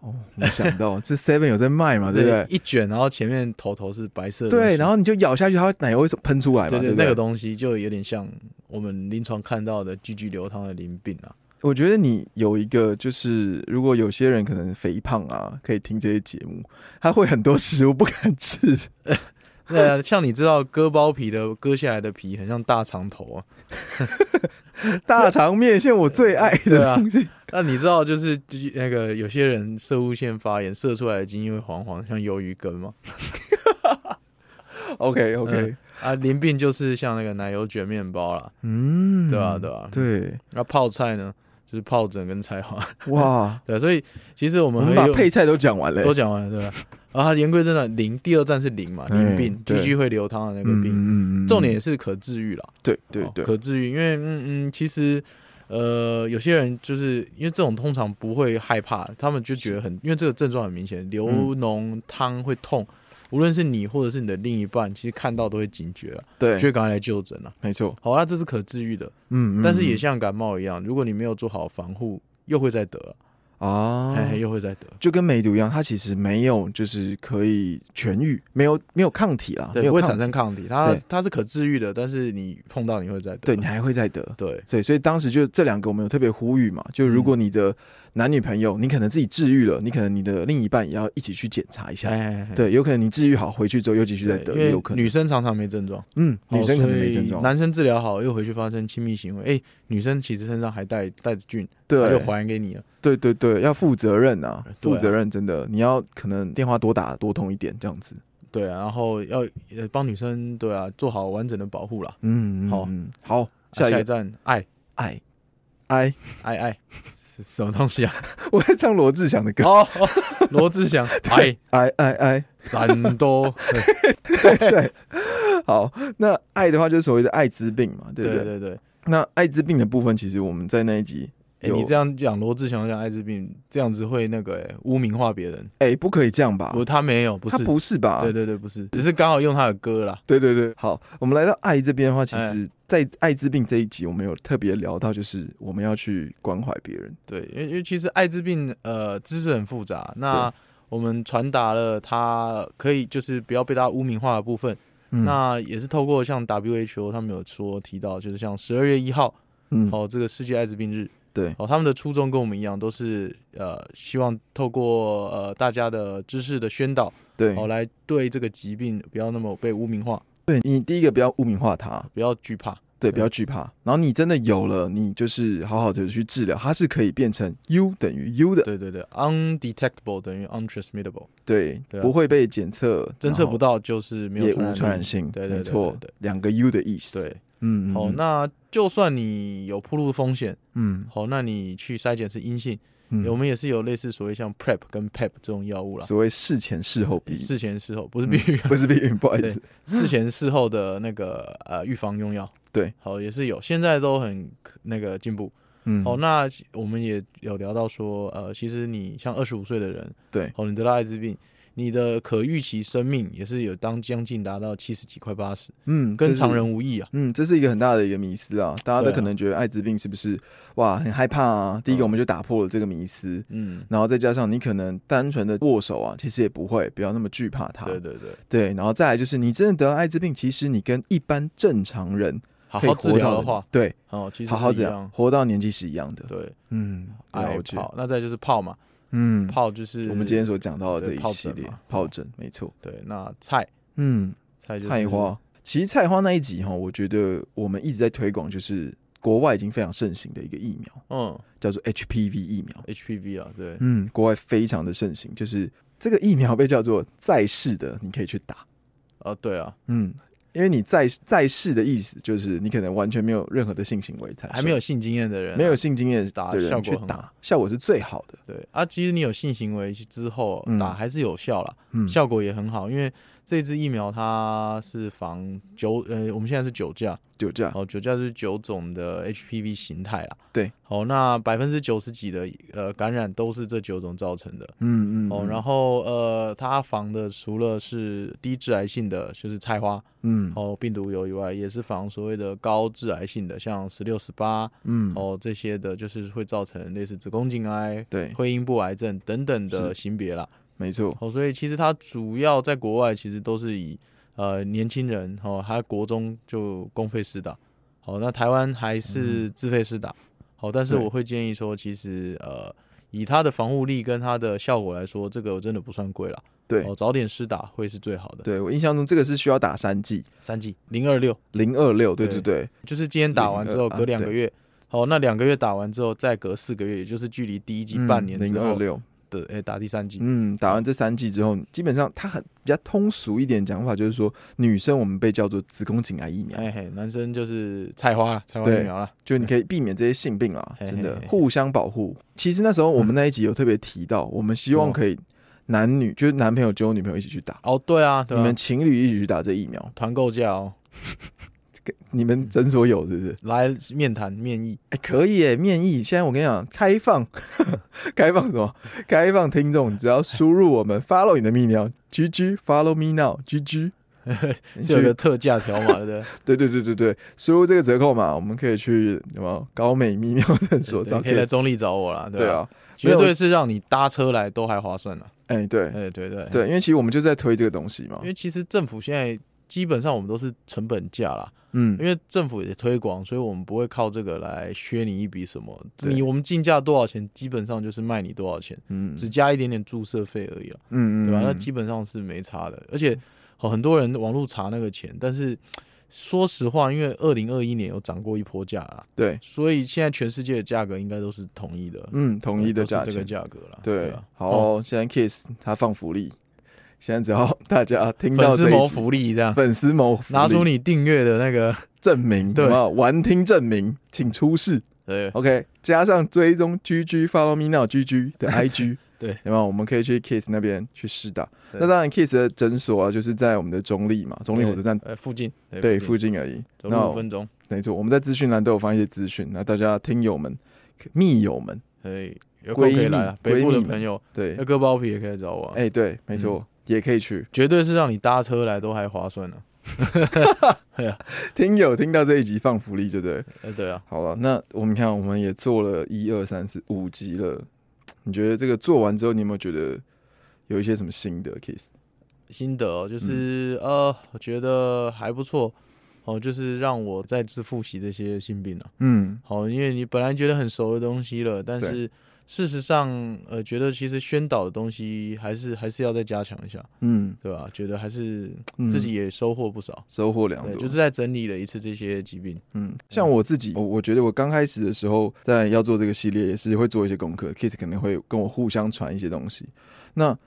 [SPEAKER 3] 哦，没想到这 Seven 有在卖
[SPEAKER 2] <laughs>
[SPEAKER 3] 啊嘛，对不对？
[SPEAKER 2] 一卷，然后前面头头是白色的东西，
[SPEAKER 3] 对，然后你就咬下去，它奶油会喷出来嘛，
[SPEAKER 2] 对
[SPEAKER 3] 对
[SPEAKER 2] 对
[SPEAKER 3] 不
[SPEAKER 2] 那
[SPEAKER 3] 对
[SPEAKER 2] 个？东西就有点像我们临床看到的聚聚流汤的淋病啊，
[SPEAKER 3] 我觉得你有一个，就是如果有些人可能肥胖啊，可以听这些节目，他会很多食物不敢吃， <laughs>
[SPEAKER 2] 对啊， <laughs> 像你知道割包皮的割下来的皮很像大肠头啊，
[SPEAKER 3] 大肠面线我最爱
[SPEAKER 2] <laughs> 对
[SPEAKER 3] 的
[SPEAKER 2] 啊
[SPEAKER 3] 东西。
[SPEAKER 2] 那你知道就是那个有些人射物腺发炎射出来的精液会黄黄，像鱿鱼羹吗？
[SPEAKER 3] OK OK，
[SPEAKER 2] 啊，淋病就是像那个奶油卷面包啦，
[SPEAKER 3] 嗯，
[SPEAKER 2] 对啊对啊
[SPEAKER 3] 对，
[SPEAKER 2] 那泡菜呢就是疱疹跟菜花，
[SPEAKER 3] 哇，
[SPEAKER 2] 对，所以其 <laughs> 实我
[SPEAKER 3] 我
[SPEAKER 2] 们
[SPEAKER 3] 们
[SPEAKER 2] 会
[SPEAKER 3] 把
[SPEAKER 2] 有
[SPEAKER 3] 配菜都讲完了欸，
[SPEAKER 2] 都讲完了，对吧？
[SPEAKER 3] <laughs>
[SPEAKER 2] 然后它言归正传，零第二站是零嘛，
[SPEAKER 3] 哎
[SPEAKER 2] 淋病，
[SPEAKER 3] 对
[SPEAKER 2] 居居会流汤的那个病，
[SPEAKER 3] 嗯
[SPEAKER 2] 重点也是可治愈啦，
[SPEAKER 3] 对对
[SPEAKER 2] 哦
[SPEAKER 3] 对，
[SPEAKER 2] 可治愈，因为嗯嗯，其实呃，有些人就是因为这种通常不会害怕，他们就觉得很，因为这个症状很明显，流脓汤会痛，无论是你或者是你的另一半，其实看到都会警觉了，就
[SPEAKER 3] 对，
[SPEAKER 2] 会赶快来就诊了。啊
[SPEAKER 3] 没错，
[SPEAKER 2] 好，那这是可治愈的，
[SPEAKER 3] 嗯，嗯
[SPEAKER 2] 但是也
[SPEAKER 3] 嗯
[SPEAKER 2] 像感冒一样，如果你没有做好防护，又会再得啊。
[SPEAKER 3] 啊，
[SPEAKER 2] 嘿嘿，又会再得，
[SPEAKER 3] 就跟梅毒一样，它其实没有就是可以痊愈，没有没有抗体啦，啊没
[SPEAKER 2] 对，
[SPEAKER 3] 有
[SPEAKER 2] 不会
[SPEAKER 3] 抗
[SPEAKER 2] 产
[SPEAKER 3] 体
[SPEAKER 2] 生抗体，它
[SPEAKER 3] 对
[SPEAKER 2] 它是可治愈的，但是你碰到你会再得，
[SPEAKER 3] 对你还会再得。
[SPEAKER 2] 对
[SPEAKER 3] 对，所以当时就这两个，我们有特别呼吁嘛，
[SPEAKER 2] 嗯
[SPEAKER 3] 就如果你的男女朋友，你可能自己治愈了，你可能你的另一半也要一起去检查一下。
[SPEAKER 2] 哎，嘿
[SPEAKER 3] 对，有可能你治愈好回去之后又继续再
[SPEAKER 2] 对，
[SPEAKER 3] 得，
[SPEAKER 2] 因
[SPEAKER 3] 也
[SPEAKER 2] 为
[SPEAKER 3] 有可能。
[SPEAKER 2] 女生常常没症状，
[SPEAKER 3] 嗯，女生可能没症
[SPEAKER 2] 哦所以
[SPEAKER 3] 状。
[SPEAKER 2] 男生治疗好又回去发生亲密行为，哎，女生其实身上还带带着菌，她就
[SPEAKER 3] 对
[SPEAKER 2] 还给你了，
[SPEAKER 3] 对对对，要负责任啊，
[SPEAKER 2] 对啊
[SPEAKER 3] 负责任真的，你要可能电话多打多通一点这样子。
[SPEAKER 2] 对啊，然后要呃帮女生对啊做好完整的保护啦。
[SPEAKER 3] 嗯，嗯
[SPEAKER 2] 好
[SPEAKER 3] 嗯好，
[SPEAKER 2] 啊
[SPEAKER 3] 下一
[SPEAKER 2] 下一
[SPEAKER 3] 个
[SPEAKER 2] 站爱
[SPEAKER 3] 爱爱，
[SPEAKER 2] 爱爱是什么东
[SPEAKER 3] <laughs>
[SPEAKER 2] 西啊？
[SPEAKER 3] 我在唱罗志祥的歌。
[SPEAKER 2] 哦，哦罗志
[SPEAKER 3] <laughs>
[SPEAKER 2] 祥爱
[SPEAKER 3] 爱爱爱，
[SPEAKER 2] 战斗，
[SPEAKER 3] <laughs>
[SPEAKER 2] <laughs>
[SPEAKER 3] 好，那爱的话就是所谓的艾滋病嘛，对
[SPEAKER 2] 对
[SPEAKER 3] 不对？
[SPEAKER 2] 对对对。
[SPEAKER 3] 那艾滋病的部分，其实我们在那一集
[SPEAKER 2] 哎，
[SPEAKER 3] 有
[SPEAKER 2] 你这样讲罗志祥讲艾滋病，这样子会那个哎污名化别人。
[SPEAKER 3] 哎、不可以这样吧？
[SPEAKER 2] 不，他没有，不
[SPEAKER 3] 他
[SPEAKER 2] 是，
[SPEAKER 3] 不啊是吧？
[SPEAKER 2] 对对对，不是，只是刚好用他的歌啦。
[SPEAKER 3] 对对对好，我们来到爱这边的话，其
[SPEAKER 2] 哎
[SPEAKER 3] 实，在艾滋病这一集，我们有特别聊到，就是我们要去关怀别人。
[SPEAKER 2] 对，因为因为其实艾滋病呃知识很复杂，那我们传达了它可以就是不要被它污名化的部分，
[SPEAKER 3] 嗯
[SPEAKER 2] 那也是透过像 WHO 他们有说提到，就是像十二月一号
[SPEAKER 3] 嗯，
[SPEAKER 2] 哦这个世界艾滋病日
[SPEAKER 3] 对，
[SPEAKER 2] 哦，他们的初衷跟我们一样，都是呃希望透过呃大家的知识的宣导
[SPEAKER 3] 对，
[SPEAKER 2] 哦来对这个疾病不要那么被污名化，
[SPEAKER 3] 对你第一个不要污名化他，
[SPEAKER 2] 不要惧怕。
[SPEAKER 3] 对，
[SPEAKER 2] 对
[SPEAKER 3] 不要惧怕。然后你真的有了，你就是好好的去治疗，它是可以变成 U 等于 U 的，
[SPEAKER 2] 对对对，undetectable 等于 untransmittable，
[SPEAKER 3] 对，
[SPEAKER 2] 对啊
[SPEAKER 3] 不会被检测，
[SPEAKER 2] 侦测不
[SPEAKER 3] 到，
[SPEAKER 2] 到就是没有
[SPEAKER 3] 也无传染性，
[SPEAKER 2] 对对对
[SPEAKER 3] 没错
[SPEAKER 2] 对对，
[SPEAKER 3] 两个 U 的意思。
[SPEAKER 2] 对，
[SPEAKER 3] 嗯，嗯，
[SPEAKER 2] 好，
[SPEAKER 3] 嗯
[SPEAKER 2] 那就算你有铺路风险，
[SPEAKER 3] 嗯
[SPEAKER 2] 好，那你去筛检是阴性，
[SPEAKER 3] 嗯，
[SPEAKER 2] 我们也是有类似所谓像 PrEP 跟 PEP 这种药物啦，
[SPEAKER 3] 所谓嗯事前事后避
[SPEAKER 2] 事前事后不是避孕，
[SPEAKER 3] 不是避孕，不好意思，
[SPEAKER 2] 事前事后的那个呃预防用药，
[SPEAKER 3] 对，
[SPEAKER 2] 好也是有，现在都很那个进步。
[SPEAKER 3] 嗯，
[SPEAKER 2] 好，那我们也有聊到说，呃，其实你像二十五岁的人，
[SPEAKER 3] 对
[SPEAKER 2] 好，你得到艾滋病。你的可预期生命也是有当将近达到七十几块八十，
[SPEAKER 3] 嗯，
[SPEAKER 2] 跟
[SPEAKER 3] 这是
[SPEAKER 2] 常人无异啊。
[SPEAKER 3] 嗯，这是一个很大的一个迷思啊，大家
[SPEAKER 2] 对
[SPEAKER 3] 都
[SPEAKER 2] 啊
[SPEAKER 3] 可能觉得艾滋病是不是哇很害怕啊？第一个我们就打破了这个迷思，
[SPEAKER 2] 嗯，
[SPEAKER 3] 然后再加上你可能单纯的握手啊，其实也不会，不要那么惧怕它。
[SPEAKER 2] 对对对，
[SPEAKER 3] 对然后再来就是你真的得到艾滋病，其实你跟一般正常人
[SPEAKER 2] 好
[SPEAKER 3] 可以
[SPEAKER 2] 好治
[SPEAKER 3] 活
[SPEAKER 2] 疗
[SPEAKER 3] 到
[SPEAKER 2] 的话，
[SPEAKER 3] 对，
[SPEAKER 2] 哦，其实
[SPEAKER 3] 好好
[SPEAKER 2] 是
[SPEAKER 3] 治
[SPEAKER 2] 一
[SPEAKER 3] 疗
[SPEAKER 2] 样，，
[SPEAKER 3] 活到年纪是一样的。
[SPEAKER 2] 对，
[SPEAKER 3] 嗯，
[SPEAKER 2] 爱
[SPEAKER 3] 了解。
[SPEAKER 2] 泡，那再就是泡嘛，
[SPEAKER 3] 嗯，
[SPEAKER 2] 泡就是
[SPEAKER 3] 我们今天所讲到的这
[SPEAKER 2] 对
[SPEAKER 3] 一
[SPEAKER 2] 疱
[SPEAKER 3] 系
[SPEAKER 2] 疹
[SPEAKER 3] 列
[SPEAKER 2] 嘛
[SPEAKER 3] 疱疹，没错。
[SPEAKER 2] 对，那菜
[SPEAKER 3] 嗯，
[SPEAKER 2] 菜就是
[SPEAKER 3] 菜花，其实菜花那一集哈，我觉得我们一直在推广，就是国外已经非常盛行的一个疫苗，
[SPEAKER 2] 嗯
[SPEAKER 3] 叫做 HPV 疫苗。
[SPEAKER 2] ，HPV 啊，对，
[SPEAKER 3] 嗯，国外非常的盛行，就是这个疫苗被叫做在世的，你可以去打。
[SPEAKER 2] 哦对啊，
[SPEAKER 3] 嗯，因为你在在世的意思就是你可能完全没有任何的性行为产生，
[SPEAKER 2] 还没有性经验的人啊，
[SPEAKER 3] 没有性经验
[SPEAKER 2] 打
[SPEAKER 3] 的人
[SPEAKER 2] 效果
[SPEAKER 3] 去
[SPEAKER 2] 很好
[SPEAKER 3] 打，效果是最好的。
[SPEAKER 2] 对啊，其实你有性行为之后
[SPEAKER 3] 嗯
[SPEAKER 2] 打还是有效啦，
[SPEAKER 3] 嗯，
[SPEAKER 2] 效果也很好，因为这支疫苗它是防九呃，我们现在是九价，
[SPEAKER 3] 就这样。
[SPEAKER 2] 哦，九价就是九种的 HPV 形态啦，
[SPEAKER 3] 啊对，
[SPEAKER 2] 好，那百分之九十几的呃感染都是这九种造成的，
[SPEAKER 3] 嗯嗯，
[SPEAKER 2] 哦，然
[SPEAKER 3] 后
[SPEAKER 2] 后呃，它防的除了是低致癌性的，就是菜花
[SPEAKER 3] 嗯
[SPEAKER 2] 哦病毒疣以外，也是防所谓的高致癌性的，像十六、十八
[SPEAKER 3] 嗯
[SPEAKER 2] 哦这些的，就是会造成类似子宫颈癌、
[SPEAKER 3] 对，
[SPEAKER 2] 会阴部癌症等等的型别啦。
[SPEAKER 3] 没错，
[SPEAKER 2] 哦，所以其实它主要在国外其实都是以呃年轻人哦，还有国中就公费施打。好、那台湾还是自费施打。好、但是
[SPEAKER 3] 嗯对
[SPEAKER 2] 我会建议说，其实呃，以它的防护力跟它的效果来说，这个真的不算贵了。
[SPEAKER 3] 对
[SPEAKER 2] 哦，早点施打会是最好的。，
[SPEAKER 3] 对我印象中这个是需要打三剂，
[SPEAKER 2] 三剂零二六，
[SPEAKER 3] 零二六，对
[SPEAKER 2] 对
[SPEAKER 3] 对对，
[SPEAKER 2] 就是今天打完之后，
[SPEAKER 3] 026
[SPEAKER 2] 隔两个月。好、那两个月打完之后，再隔四个月，也就是距离第一剂半年
[SPEAKER 3] 嗯零
[SPEAKER 2] 之
[SPEAKER 3] 二
[SPEAKER 2] 后
[SPEAKER 3] 六，
[SPEAKER 2] 的，诶、打第三剂。
[SPEAKER 3] 嗯，打完这三剂之后，基本上它很比较通俗一点讲法，就是说女生我们被叫做子宫颈癌疫苗，
[SPEAKER 2] 哎嘿，男生就是菜花了，菜花
[SPEAKER 3] 对
[SPEAKER 2] 疫苗了。
[SPEAKER 3] 就你可以避免这些性病啦，
[SPEAKER 2] 嘿嘿
[SPEAKER 3] 真的
[SPEAKER 2] 嘿嗯嘿
[SPEAKER 3] 互相保护。其实那时候我们那一集有特别提到，我们希望可以男女就是男朋友揪女朋友一起去打，
[SPEAKER 2] 哦，对啊，对
[SPEAKER 3] 你
[SPEAKER 2] 啊。
[SPEAKER 3] 们情侣一起去打这疫苗，
[SPEAKER 2] 团购价哦，
[SPEAKER 3] 你
[SPEAKER 2] 嗯
[SPEAKER 3] 们诊所有是不是？
[SPEAKER 2] 来面谈面议，
[SPEAKER 3] 哎、可以耶，面议。现在我跟你讲，开放， <laughs> 开放什么？
[SPEAKER 2] <laughs>
[SPEAKER 3] 开放听众，只要输入我们 follow 你的泌尿，GG follow me now，GG。
[SPEAKER 2] 是有个特价条码，对不对？
[SPEAKER 3] <laughs> 对对对对对，输入这个折扣码，我们可以去什么高美泌尿诊所
[SPEAKER 2] 对
[SPEAKER 3] 找
[SPEAKER 2] 可以来中立找我啦，
[SPEAKER 3] 对
[SPEAKER 2] 吧？
[SPEAKER 3] 啊，
[SPEAKER 2] 绝对是让你搭车来都还划算呢。
[SPEAKER 3] 哎对
[SPEAKER 2] 哎，对对，
[SPEAKER 3] 对，因为其实我们就在推这个东西嘛
[SPEAKER 2] 因，为其实政府现在基本上我们都是成本价啦，
[SPEAKER 3] 嗯
[SPEAKER 2] 因为政府也推广，所以我们不会靠这个来削你一笔什么。
[SPEAKER 3] 对
[SPEAKER 2] 你我们进价多少钱，基本上就是卖你多少钱，
[SPEAKER 3] 嗯
[SPEAKER 2] 只加一点点注册费而已啦，
[SPEAKER 3] 嗯
[SPEAKER 2] 对吧？那
[SPEAKER 3] 嗯
[SPEAKER 2] 基本上是没差的。而且哦很多人网络查那个钱，但是说实话，因为二零二一年有涨过一波价啦，
[SPEAKER 3] 对，
[SPEAKER 2] 所以现在全世界的价格应该都是统一的，
[SPEAKER 3] 嗯，统一的
[SPEAKER 2] 都是
[SPEAKER 3] 价
[SPEAKER 2] 这个
[SPEAKER 3] 钱，
[SPEAKER 2] 价格啦。
[SPEAKER 3] 对
[SPEAKER 2] 啊，
[SPEAKER 3] 好
[SPEAKER 2] 哦
[SPEAKER 3] 哦，现在 Kiss 它放福利，现在只要 <laughs> 大家听
[SPEAKER 2] 粉
[SPEAKER 3] 到这
[SPEAKER 2] 丝
[SPEAKER 3] 一
[SPEAKER 2] 谋
[SPEAKER 3] 集，
[SPEAKER 2] 福利这样。
[SPEAKER 3] 粉丝谋福利
[SPEAKER 2] 拿出你订阅的那个， <laughs>
[SPEAKER 3] 证明，
[SPEAKER 2] 对
[SPEAKER 3] 对吧？完听证明，请出示。
[SPEAKER 2] 对
[SPEAKER 3] OK，加上追踪 GG Follow Me Now GG 的 IG，
[SPEAKER 2] 对，
[SPEAKER 3] 那么我们可以去 Kiss 那边去试打。
[SPEAKER 2] 对
[SPEAKER 3] 那当然，Kiss 的诊所啊，就是在我们的中立嘛，中立火车站
[SPEAKER 2] 呃附近，
[SPEAKER 3] 对
[SPEAKER 2] 附
[SPEAKER 3] 附
[SPEAKER 2] 近
[SPEAKER 3] 近而已。
[SPEAKER 2] 走
[SPEAKER 3] 那
[SPEAKER 2] 路五
[SPEAKER 3] 我
[SPEAKER 2] 分钟，
[SPEAKER 3] 没错，我们在资讯栏都有放一些资讯，那大家听友们、密友们，
[SPEAKER 2] 可以有空可以来啊，
[SPEAKER 3] 闺蜜
[SPEAKER 2] 北部的
[SPEAKER 3] 闺蜜们
[SPEAKER 2] 朋友
[SPEAKER 3] 对
[SPEAKER 2] 要，割包皮也可以来找我啊，
[SPEAKER 3] 哎，对，没错，也可以去。
[SPEAKER 2] 绝对是让你搭车来都还划算啊 <laughs> 呢。
[SPEAKER 3] 听友听到这一集放福利，对不对？
[SPEAKER 2] 呃，对啊，
[SPEAKER 3] 好了，那我们看，我们也做了一二三四五集了。你觉得这个做完之后，你有没有觉得有一些什么新的 case？
[SPEAKER 2] 心得哦，就是
[SPEAKER 3] 嗯
[SPEAKER 2] 呃，我觉得还不错哦，就是让我再次复习这些性病啊。
[SPEAKER 3] 嗯，
[SPEAKER 2] 好，因为你本来觉得很熟的东西了，但
[SPEAKER 3] 对
[SPEAKER 2] 是事实上，呃，觉得其实宣导的东西还是还是要再加强一下，
[SPEAKER 3] 嗯，
[SPEAKER 2] 对吧？觉得还是
[SPEAKER 3] 嗯
[SPEAKER 2] 自己也收获不少。
[SPEAKER 3] 收获良
[SPEAKER 2] 对，
[SPEAKER 3] 多。
[SPEAKER 2] 就是在整理了一次这些疾病。
[SPEAKER 3] 嗯，像我自己，我我觉得我刚开始的时候，在要做这个系列，也是会做一些功课，Kiss 可能会跟我互相传一些东西。那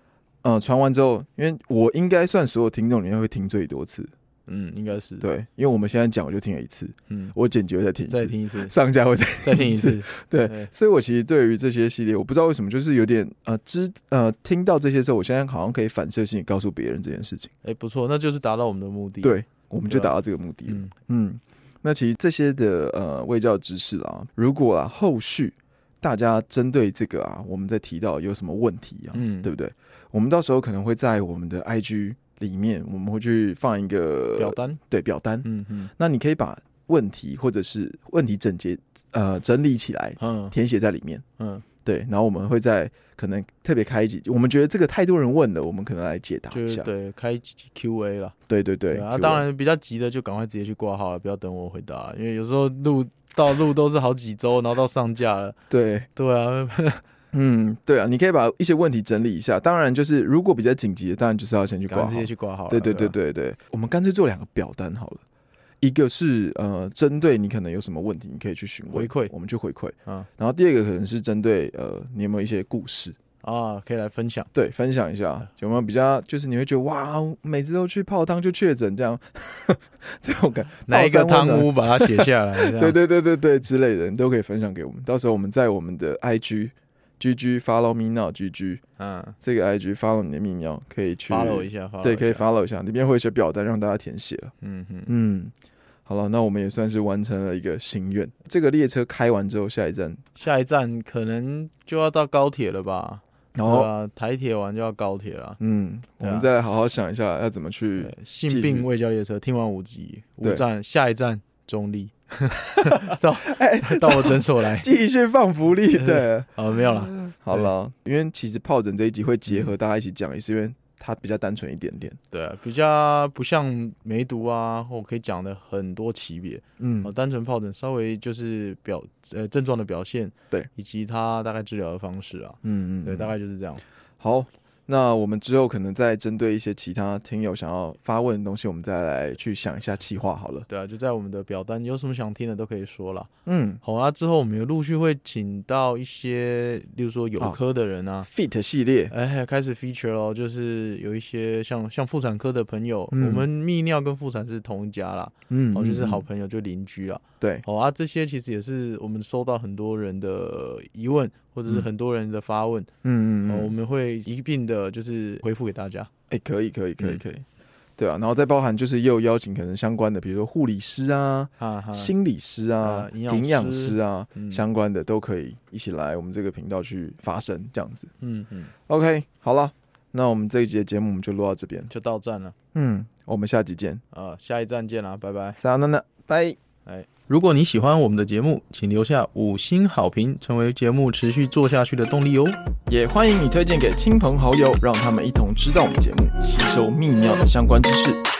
[SPEAKER 3] 呃，传完之后，因为我应该算所有听众里面会听最多次，
[SPEAKER 2] 嗯，应该是，
[SPEAKER 3] 对，因为我们现在讲我就听了一次，
[SPEAKER 2] 嗯，
[SPEAKER 3] 我剪辑会再听一次，
[SPEAKER 2] 再听一次，
[SPEAKER 3] 上架会再
[SPEAKER 2] 再听一
[SPEAKER 3] <laughs>
[SPEAKER 2] 次，对
[SPEAKER 3] 对，所以我其实对于这些系列，我不知道为什么，就是有点呃知呃听到这些之后，我现在好像可以反射性地告诉别人这件事情。
[SPEAKER 2] 哎，不错，那就是达到我们的目的。，
[SPEAKER 3] 对，我们就
[SPEAKER 2] 对吧
[SPEAKER 3] 达到这个目的了。
[SPEAKER 2] 嗯，
[SPEAKER 3] 嗯，那其实这些的呃卫教知识啦，如果啊后续大家针对这个啊，我们在提到有什么问题啊，
[SPEAKER 2] 嗯
[SPEAKER 3] 对不对？我们到时候可能会在我们的 IG 里面，我们会去放一个
[SPEAKER 2] 表单，
[SPEAKER 3] 对表单，
[SPEAKER 2] 嗯嗯
[SPEAKER 3] 那你可以把问题或者是问题整结呃整理起来，
[SPEAKER 2] 嗯
[SPEAKER 3] 填写在里面。
[SPEAKER 2] 嗯，
[SPEAKER 3] 对，然后我们会在可能特别开一集，我们觉得这个太多人问了，我们可能来解答
[SPEAKER 2] 就
[SPEAKER 3] 一
[SPEAKER 2] 是
[SPEAKER 3] 下。
[SPEAKER 2] 对开 Q&A 啦。
[SPEAKER 3] 对对对，
[SPEAKER 2] 啊，
[SPEAKER 3] Q&A
[SPEAKER 2] 当然比较急的就赶快直接去挂号了，不要等我回答，因为有时候录到录都是好几周，然后到上架了，
[SPEAKER 3] 对，
[SPEAKER 2] 对啊，
[SPEAKER 3] 嗯，对啊，你可以把一些问题整理一下。当然，就是如果比较紧急的，当然就是要先去
[SPEAKER 2] 赶快
[SPEAKER 3] 挂
[SPEAKER 2] 直
[SPEAKER 3] 号
[SPEAKER 2] 接。去挂号了。啊
[SPEAKER 3] 对对对
[SPEAKER 2] 吧，
[SPEAKER 3] 对对，我们干脆做两个表单好了，一个是呃针对你可能有什么问题，你可以去询问
[SPEAKER 2] 回馈
[SPEAKER 3] 我们去回馈。
[SPEAKER 2] 嗯
[SPEAKER 3] 然后第二个可能是针对呃你有没有一些故事，
[SPEAKER 2] 啊，可以来分享。
[SPEAKER 3] 对，分享一
[SPEAKER 2] 嗯
[SPEAKER 3] 下有没有比较就是你会觉得哇，每次都去泡汤就确诊
[SPEAKER 2] <laughs>
[SPEAKER 3] 这样这种感，
[SPEAKER 2] 哪一个
[SPEAKER 3] 泡山
[SPEAKER 2] 汤
[SPEAKER 3] 温暖
[SPEAKER 2] 屋把它写下来？这样
[SPEAKER 3] <laughs> 对，对对对对之类的，你都可以分享给我们。到时候我们在我们的 IG GG Follow Me Now GG
[SPEAKER 2] 嗯
[SPEAKER 3] 这个 IG Follow 你的泌尿可以去
[SPEAKER 2] ，follow 一下，follow
[SPEAKER 3] 对，可以
[SPEAKER 2] 一下，
[SPEAKER 3] follow 一下，里面会有一些表单让大家填写了。
[SPEAKER 2] 嗯嗯，
[SPEAKER 3] 嗯，好了，那我们也算是完成了一个心愿。这个列车开完之后，下一站，
[SPEAKER 2] 下一站可能就要到高铁了吧？
[SPEAKER 3] 然
[SPEAKER 2] 对
[SPEAKER 3] 后、
[SPEAKER 2] 啊，台铁完就要高铁了。
[SPEAKER 3] 嗯，我
[SPEAKER 2] 对啊
[SPEAKER 3] 们再好好想一下要怎么去
[SPEAKER 2] 对，性病未教列车，听完五集，五
[SPEAKER 3] 对
[SPEAKER 2] 站下一站中
[SPEAKER 3] <laughs>
[SPEAKER 2] 立，到
[SPEAKER 3] 哎
[SPEAKER 2] 到我诊所来。
[SPEAKER 3] 继续放福利。对，
[SPEAKER 2] 呃，没有
[SPEAKER 3] <laughs>
[SPEAKER 2] 啦，
[SPEAKER 3] 好了，因为其实疱疹这一集会结
[SPEAKER 2] 嗯
[SPEAKER 3] 合大家一起讲，也是因为它比较单纯一点点。
[SPEAKER 2] 对啊，比较不像梅毒啊，或可以讲的很多级别。
[SPEAKER 3] 嗯
[SPEAKER 2] 哦，，单纯疱疹稍微就是表呃症状的表现，
[SPEAKER 3] 对，
[SPEAKER 2] 以及它大概治疗的方式啊，
[SPEAKER 3] 嗯嗯，
[SPEAKER 2] 对，
[SPEAKER 3] 嗯
[SPEAKER 2] 大概就是这样。
[SPEAKER 3] 好，那我们之后可能再针对一些其他听友想要发问的东西，我们再来去想一下企划好了。
[SPEAKER 2] 对啊，就在我们的表单，有什么想听的都可以说啦。
[SPEAKER 3] 嗯
[SPEAKER 2] 好啊，之后我们有陆续会请到一些，例如说有
[SPEAKER 3] 哦
[SPEAKER 2] 科的人啊，
[SPEAKER 3] ，Fit 系列，
[SPEAKER 2] 哎，开始 feature 咯，就是有一些像像妇产科的朋友，
[SPEAKER 3] 嗯
[SPEAKER 2] 我们泌尿跟妇产是同一家啦，
[SPEAKER 3] 嗯
[SPEAKER 2] 哦，就是好
[SPEAKER 3] 嗯嗯
[SPEAKER 2] 朋友就邻居啦。
[SPEAKER 3] 对，
[SPEAKER 2] 好、啊，这些其实也是我们收到很多人的疑问，或者是
[SPEAKER 3] 嗯
[SPEAKER 2] 很多人的发问，
[SPEAKER 3] 嗯嗯
[SPEAKER 2] 哦，我
[SPEAKER 3] 嗯，
[SPEAKER 2] 们会一并的就是回复给大家。
[SPEAKER 3] 哎、可以可以可以
[SPEAKER 2] 嗯
[SPEAKER 3] 可以，对啊，然后再包含就是也有邀请可能相关的，比如说护理师啊、
[SPEAKER 2] 哈哈，
[SPEAKER 3] 心理师啊
[SPEAKER 2] 啊、营养师
[SPEAKER 3] 营养师啊、
[SPEAKER 2] 嗯
[SPEAKER 3] 相关的都可以一起来我们这个频道去发声这样子。
[SPEAKER 2] 嗯嗯，
[SPEAKER 3] OK，好了，那我们这一集的节目我们就录到这边，
[SPEAKER 2] 就到站了，
[SPEAKER 3] 嗯，我们下集见，
[SPEAKER 2] 啊、下一站见啦，拜拜。
[SPEAKER 3] 撒那那，拜。
[SPEAKER 2] 如果你喜欢我们的节目，请留下五星好评，成为节目持续做下去的动力哦。
[SPEAKER 3] 也欢迎你推荐给亲朋好友，让他们一同知道我们节目，吸收泌尿的相关知识。